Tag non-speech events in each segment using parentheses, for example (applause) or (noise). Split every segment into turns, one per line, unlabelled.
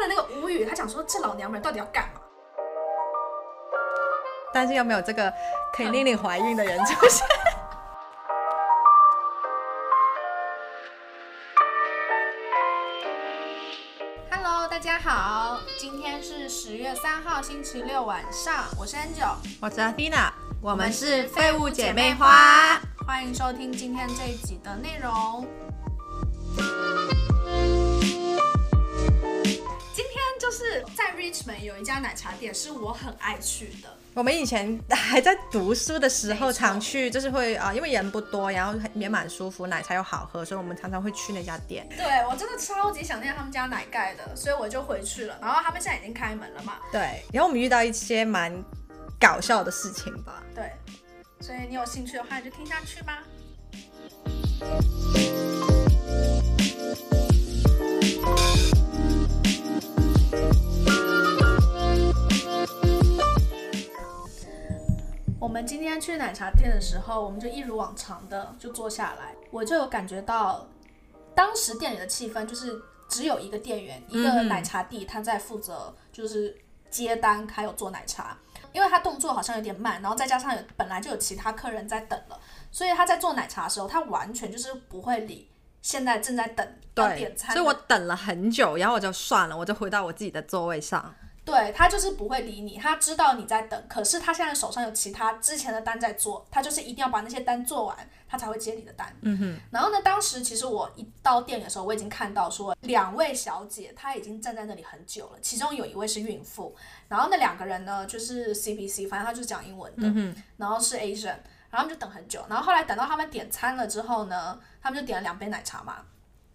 的那个无语，他想说这老娘们到底要干嘛？
但是又没有这个可以令你怀孕的人出现。
Hello，大家好，今天是十月三号星期六晚上，我是 Angel，
(laughs) 我是 Athena，我
们
们
是
是
废
废
物
物
姐
姐
妹
妹
花
花。
欢迎收听今天这一集的内容。今天就是在 Richmond 有一家奶茶店是我很爱去 (laughs) 的，
我们以前还在读书的时
没错
候常去，就是会啊、因为人不多，然后也蛮舒服，奶茶又好喝，所以我们常常会去那家店。
对我真的超级想念他们家奶盖的，所以我就回去了。然后他们现在已经开门了嘛，
对，然后我们遇到一些蛮搞笑的事情吧。
对，所以你有兴趣的话你就听下去吧。我们今天去奶茶店的时候，我们就一如往常的就坐下来，我就有感觉到，当时店里的气氛就是只有一个店员，一个
嗯
奶茶弟，他在负责就是接单，还有做奶茶，因为他动作好像有点慢，然后再加上有本来就有其他客人在等了，所以他在做奶茶的时候，他完全就是不会理现在正在等要
对
点，餐
所
的
以我等了很久，然后我就算了，我就回到我自己的座位上。
对他就是不会理你，他知道你在等，可是他现在手上有其他之前的单在做，他就是一定要把那些单做完，他才会接你的单。嗯哼。然后呢，当时其实我一到店里的时候，我已经看到说两位小姐她已经站在那里很久了，其中有一位是孕妇，然后那两个人呢就是 CPC，反正他就是讲英文的，然后是 Asian，然后他们就等很久，然后后来等到他们点餐了之后呢，他们就点了两杯奶茶嘛，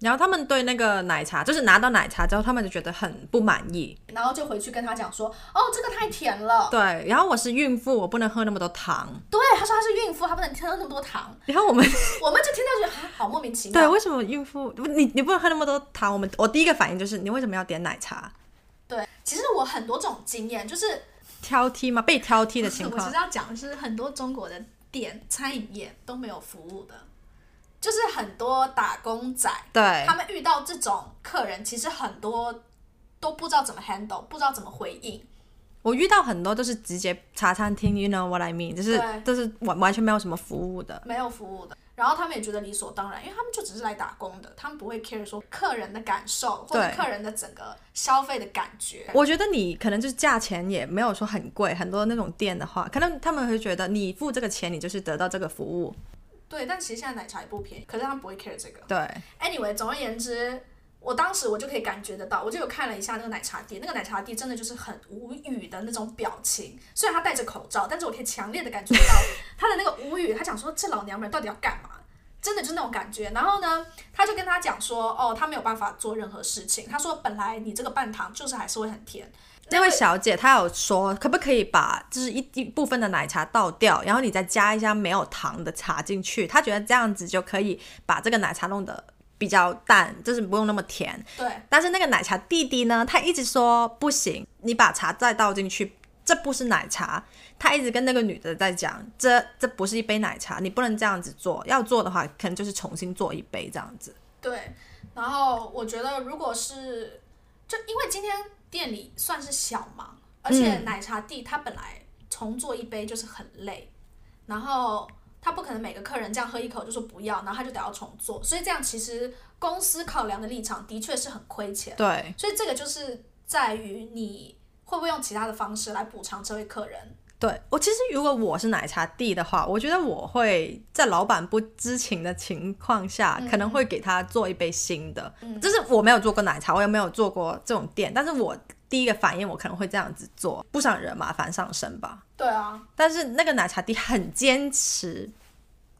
然后他们对那个奶茶，就是拿到奶茶之后，他们就觉得很不满意。
然后就回去跟他讲说，哦，这个太甜了。
对，然后我是孕妇，我不能喝那么多糖。
对，他说他是孕妇，他不能喝那么多糖。
然后我们
(laughs) 我们就听到就啊，好莫名其
对，
妙。
为什么孕妇不你你不能喝那么多糖？我们我第一个反应就是你为什么要点奶茶？
对其实我很多种经验，就是
挑剔吗？被挑剔的
(laughs)
情
我其
况
实。要讲的是很多中国的店餐饮业都没有服务的，就是很多打工仔，
对
他们遇到这种客人，其实很多都不知道怎么 handle，不知道怎么回应。
我遇到很多都是直接茶餐厅，you know what I mean，就是
对
就是完完全没有什么服务的。
没有服务的，然后他们也觉得理所当然，因为他们就只是来打工的，他们不会 care 说客人的感受或者
对
客人的整个消费的感觉。
我觉得你可能就是价钱也没有说很贵，很多那种店的话，可能他们会觉得你付这个钱，你就是得到这个服务。
对，但其实现在奶茶也不便宜，可是他们不会 care 这个。
对，
Anyway，总而言之，我当时我就可以感觉得到，我就有看了一下那个奶茶店，那个奶茶店真的就是很无语的那种表情。虽然他戴着口罩，但是我可以强烈的感觉到他的那个无语，他想说这老娘们到底要干嘛？真的就是那种感觉。然后呢，他就跟他讲说，哦，他没有办法做任何事情。他说，本来你这个半糖就是还是会很甜，
那位小姐她有说，可不可以把就是一一部分的奶茶倒掉，然后你再加一下没有糖的茶进去？她觉得这样子就可以把这个奶茶弄得比较淡，就是不用那么甜。
对，
但是那个奶茶弟弟呢，他一直说不行，你把茶再倒进去，这不是奶茶。他一直跟那个女的在讲，这这不是一杯奶茶，你不能这样子做。要做的话，可能就是重新做一杯这样子。
对。然后我觉得，如果是就因为今天店里算是小忙，而且奶茶弟他本来重做一杯就是很累，然后他不可能每个客人这样喝一口就说不要，然后他就得要重做，所以这样其实公司考量的立场的确是很亏钱，
对，
所以这个就是在于你会不会用其他的方式来补偿这位客人。
对我其实如果我是奶茶弟的话，我觉得我会在老板不知情的情况下，可能会给他做一杯新的。就是我没有做过奶茶，我也没有做过这种店，但是我第一个反应我可能会这样子做，不想惹麻烦上身吧。
对啊，
但是那个奶茶弟很坚持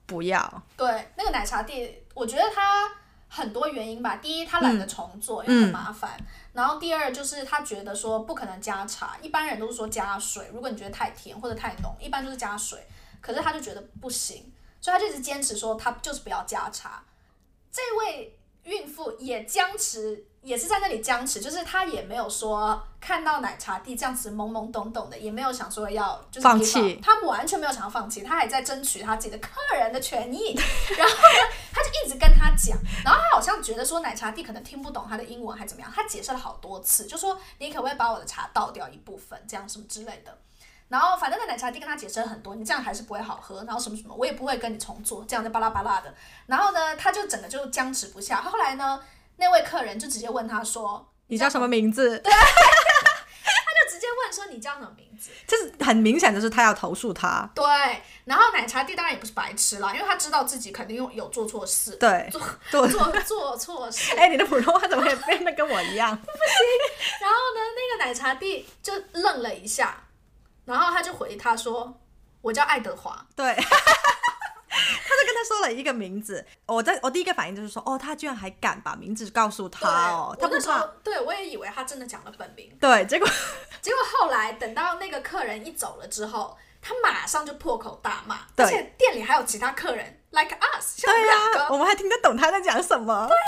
不要，
对，那个奶茶店，我觉得它很多原因吧。第一，他懒得重做，因为很麻烦。然后第二就是他觉得说不可能加茶，一般人都是说加水，如果你觉得太甜或者太浓，一般就是加水。可是他就觉得不行，所以他就一直坚持说他就是不要加茶。这位孕妇也僵持，也是在那里僵持，就是她也没有说看到奶茶弟这样子懵懵懂懂的，也没有想说要就是
放
give up (laughs)
弃
她完全没有想要放弃，她还在争取她自己的客人的权益。然后呢，她就一直跟他讲，然后他好像觉得说奶茶弟可能听不懂他的英文还怎么样，他解释了好多次，就说你可不可以把我的茶倒掉一部分，这样什么之类的。然后反正那奶茶弟跟他解释了很多，你这样还是不会好喝，然后什么什么，我也不会跟你重做，这样的巴拉巴拉的。然后呢，他就整个就僵持不下。后来呢，那位客人就直接问他说：“
你叫什么名字？
他就直接问说你叫什么名字
就是很明显的是他要投诉他？”，
对，然后奶茶弟当然也不是白痴啦，因为他知道自己肯定有有做错
(laughs)
事，
对
做
对。
做做错事。
哎、你的普通话怎么也变得跟我一样？
然后呢，那个奶茶弟就愣了一下，然后他就回他说：“我叫爱德华。
对， (laughs) 他就跟他说了一个名字，我在我第一个反应就是说，哦，他居然还敢把名字告诉”
对，
他哦，他
我
不
那时
怕
候对我也以为他真的讲了本名，
对，结果
结果后来等到那个客人一走了之后，他马上就破口大骂，
对
而且店里还有其他客人，like us，像我
对啊
们两个
呀、。我们还听得懂他在讲什么。
对，啊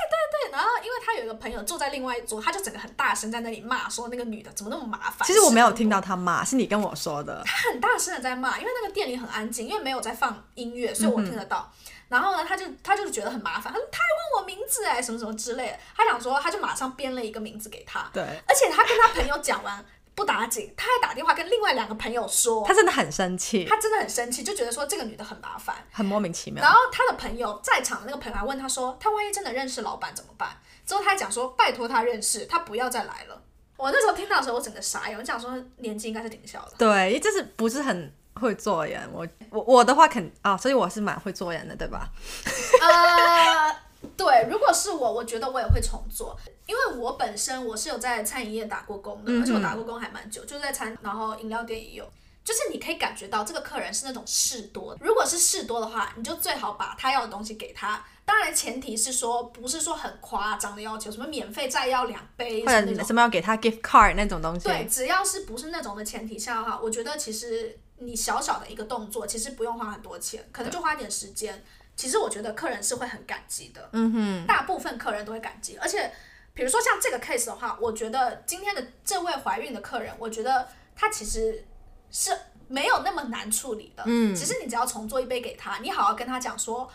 然后因为他有一个朋友坐在另外一桌，他就整个很大声在那里骂说那个女的怎么那么麻烦。
其实我没有听到他骂，是你跟我
(laughs)
说的。
他很大声的在骂，因为那个店里很安静，因为没有在放音乐，所以我听得到。然后呢，他就他就觉得很麻烦，他说他还问我名字哎，什么什么之类的。他想说，他就马上编了一个名字给他，
对，
而且他跟他朋友讲完不打紧，他还打电话跟另外两个朋友说，
他真的很生气，
他真的很生气，就觉得说这个女的很麻烦。
很莫名其妙。
然后他的朋友在场的那个朋友还问他说，他万一真的认识老板怎么办？之后他还讲说，拜托他认识，他不要再来了。我那时候听到的时候，我整个傻眼，我想说年纪应该是挺小的。
对，因为就是不是很会做人。我我我的话肯啊、所以我是蛮会做人的，对吧？
(laughs) 呃，对，如果是我，我觉得我也会重做，因为我本身我是有在餐饮业打过工
嗯
的，而且我打过工还蛮久，就是在餐，然后饮料店也有。就是你可以感觉到这个客人是那种事多，如果是事多的话，你就最好把他要的东西给他。当然前提是说不是说很夸张的要求，什么免费再要两杯
或
什么
者
那
你
种。
什么要给他 gift card 那种东西。
对，只要是不是那种的前提下的话，我觉得其实你小小的一个动作，其实不用花很多钱，可能就花一点时间。其实我觉得客人是会很感激的，嗯哼，大部分客人都会感激。而且，比如说像这个 case 的话，我觉得今天的这位怀孕的客人，我觉得他其实是没有那么难处理的，嗯，其实你只要重做一杯给他，你好好跟他讲说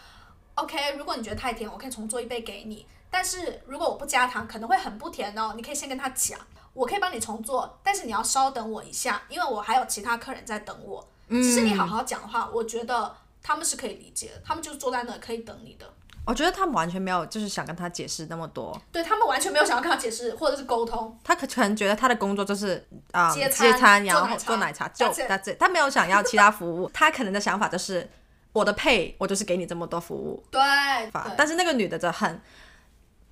，OK，如果你觉得太甜，我可以重做一杯给你，但是如果我不加糖，可能会很不甜哦，你可以先跟他讲。我可以帮你重做，但是你要稍等我一下，因为我还有其他客人在等我。
嗯
其实你好好讲的话，我觉得他们是可以理解的，他们就坐在那可以等你的。
我觉得他完全没有就是想跟他解释那么多，
对他们完全没有想要跟他解释或者是沟通，
他可可能觉得他的工作就是啊、
接餐
接餐，
做
然后
奶茶
做奶茶就
That's it
他这，他没有想要其他服务， (laughs) 他可能的想法就是我的配我就是给你这么多服务，
对，
法
对
但是那个女的就很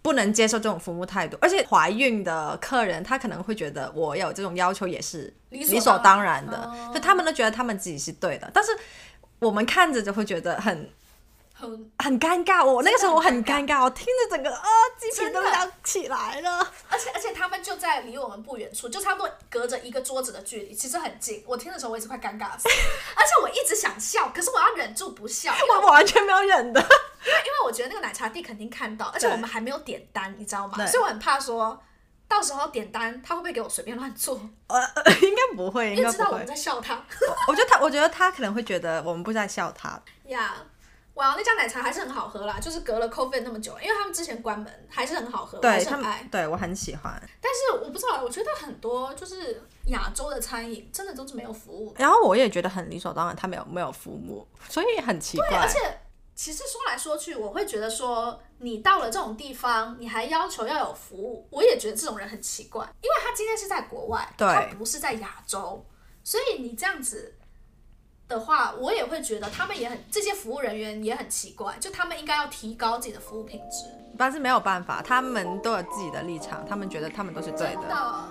不能接受这种服务态度，而且怀孕的客人她可能会觉得我有这种要求也是
理所
理所当
当哦
然的，所以他们都觉得他们自己是对的，但是我们看着就会觉得很
很
很尴尬。我那个时候我很
真的
尴尬，我听着整个啊鸡皮
真的
都要起来了。 (laughs)
而且而且他们就在离我们不远处，就差不多隔着一个桌子的距离，其实很近。我听的时候我也是快尴
(laughs)
尬死了，而且我一直想笑，可是我要忍住不笑，因为
我完全没有忍的，
因为我觉得那个奶茶弟肯定看到，而且
对
我们还没有点单，你知道吗？
对
所以我很怕说。到时候点单，他会不会给我随便乱做？
呃，呃 (laughs) 应该不会，
因
应
为
该
知
不
道我
会
们。在笑他。 (laughs)
我我觉得他，我觉得他可能会觉得我们不是在笑他，
呀，哇，那家奶茶还是很好喝啦，就是隔了 COVID 那么久，因为他们之前关门，还是很好喝，我还
对
是
他
很
们
爱。，
对我很喜欢。
但是我不知道，我觉得很多就是亚洲的餐饮真的都是没有服务的，
然后我也觉得很理所当然，他没有没有父母，所以很奇怪。
而且。其实说来说去，我会觉得说，你到了这种地方，你还要求要有服务，我也觉得这种人很奇怪，因为他今天是在国外，
对
他不是在亚洲，所以你这样子的话，我也会觉得他们也很，这些服务人员也很奇怪，就他们应该要提高自己的服务品质。
但是没有办法，他们都有自己的立场，他们觉得他们都是对
真
的。
的。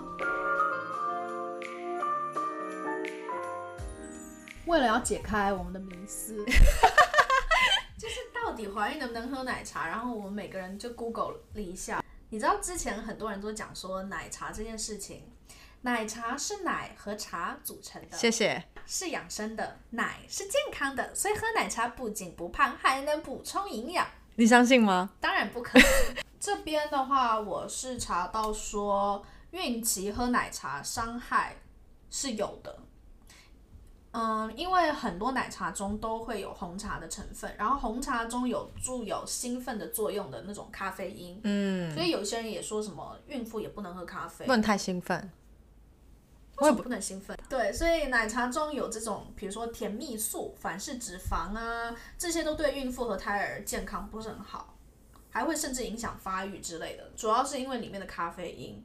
为了要解开我们的迷思， (laughs) 就是到底怀孕能不能喝奶茶，然后我们每个人就 Google 了一下。你知道之前很多人都讲说奶茶这件事情，奶茶是奶和茶组成的，
谢谢。
是养生的，奶是健康的，所以喝奶茶不仅不胖，还能补充营养。
你相信吗？
当然不可能。 (laughs) 这边的话，我是查到说，孕期喝奶茶伤害是有的，嗯，因为很多奶茶中都会有红茶的成分，然后红茶中有注有兴奋的作用的那种咖啡因，
嗯，
所以有些人也说什么孕妇也不能喝咖啡
不，能太兴奋。
为什么不能兴奋？对，所以奶茶中有这种，比如说甜蜜素、反式脂肪啊，这些都对孕妇和胎儿健康不是很好，还会甚至影响发育之类的。主要是因为里面的咖啡因。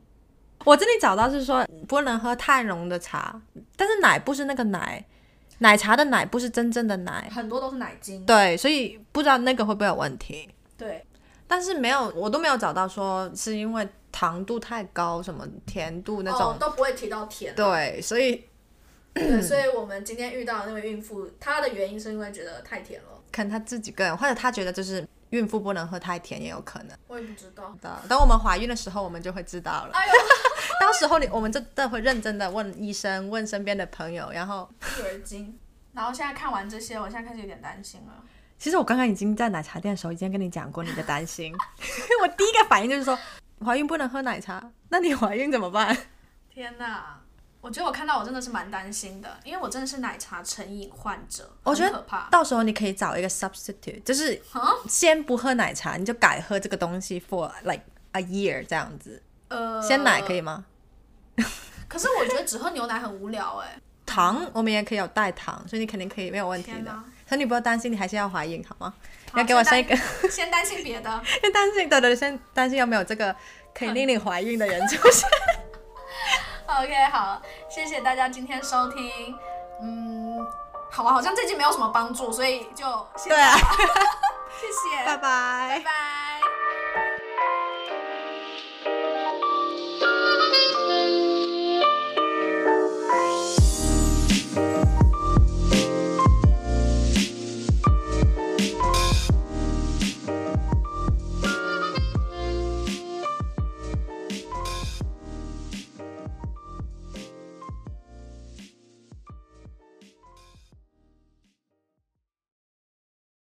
我这里找到是说不能喝太浓的茶，但是奶不是那个奶，奶茶的奶不是真正的奶，
很多都是奶精。
对，所以不知道那个会不会有问题。
对，
但是没有，我都没有找到说是因为糖度太高，什么甜度那种。
哦，都不会提到甜。
对，所以 (clears throat)
对，所以我们今天遇到的那位孕妇，她的原因是因为觉得太甜了。
可能他自己个人，或者他觉得就是孕妇不能喝太甜也有可能
我也不知道。
的。等我们怀孕的时候，我们就会知道了。 (laughs)
哎呦，
到时候你我们真的会认真的问医生，问身边的朋友，然后
育儿经。然后现在看完这些，我现在开始有点担心了。
其实我刚刚已经在奶茶店的时候已经跟你讲过你的担心， (laughs) 我第一个反应就是说，怀孕不能喝奶茶，那你怀孕怎么办？
天哪！我觉得我看到我真的是蛮担心的，因为我真的是奶茶成瘾患者，
我觉得
很可怕。
到时候你可以找一个 substitute，就是
啊
先不喝奶茶，你就改喝这个东西 for like a year 这样子，
呃，
鲜奶可以吗？
可是我觉得只喝牛奶很无聊哎、 (laughs)
糖我们也可以有代糖，所以你肯定可以没有问题
天
的
哪。
所以你不要担心，你还是要怀孕好吗？
好
要给我生一个，
先担心别的。 (laughs)
先 (laughs) 担心，对对对，先担心有没有这个可以令你怀孕的人出
(laughs)
现。
OK，好，谢谢大家今天收听。嗯，好啊吧，好像这集没有什么帮助，所以就谢谢
对啊，
谢谢，
拜拜
拜。拜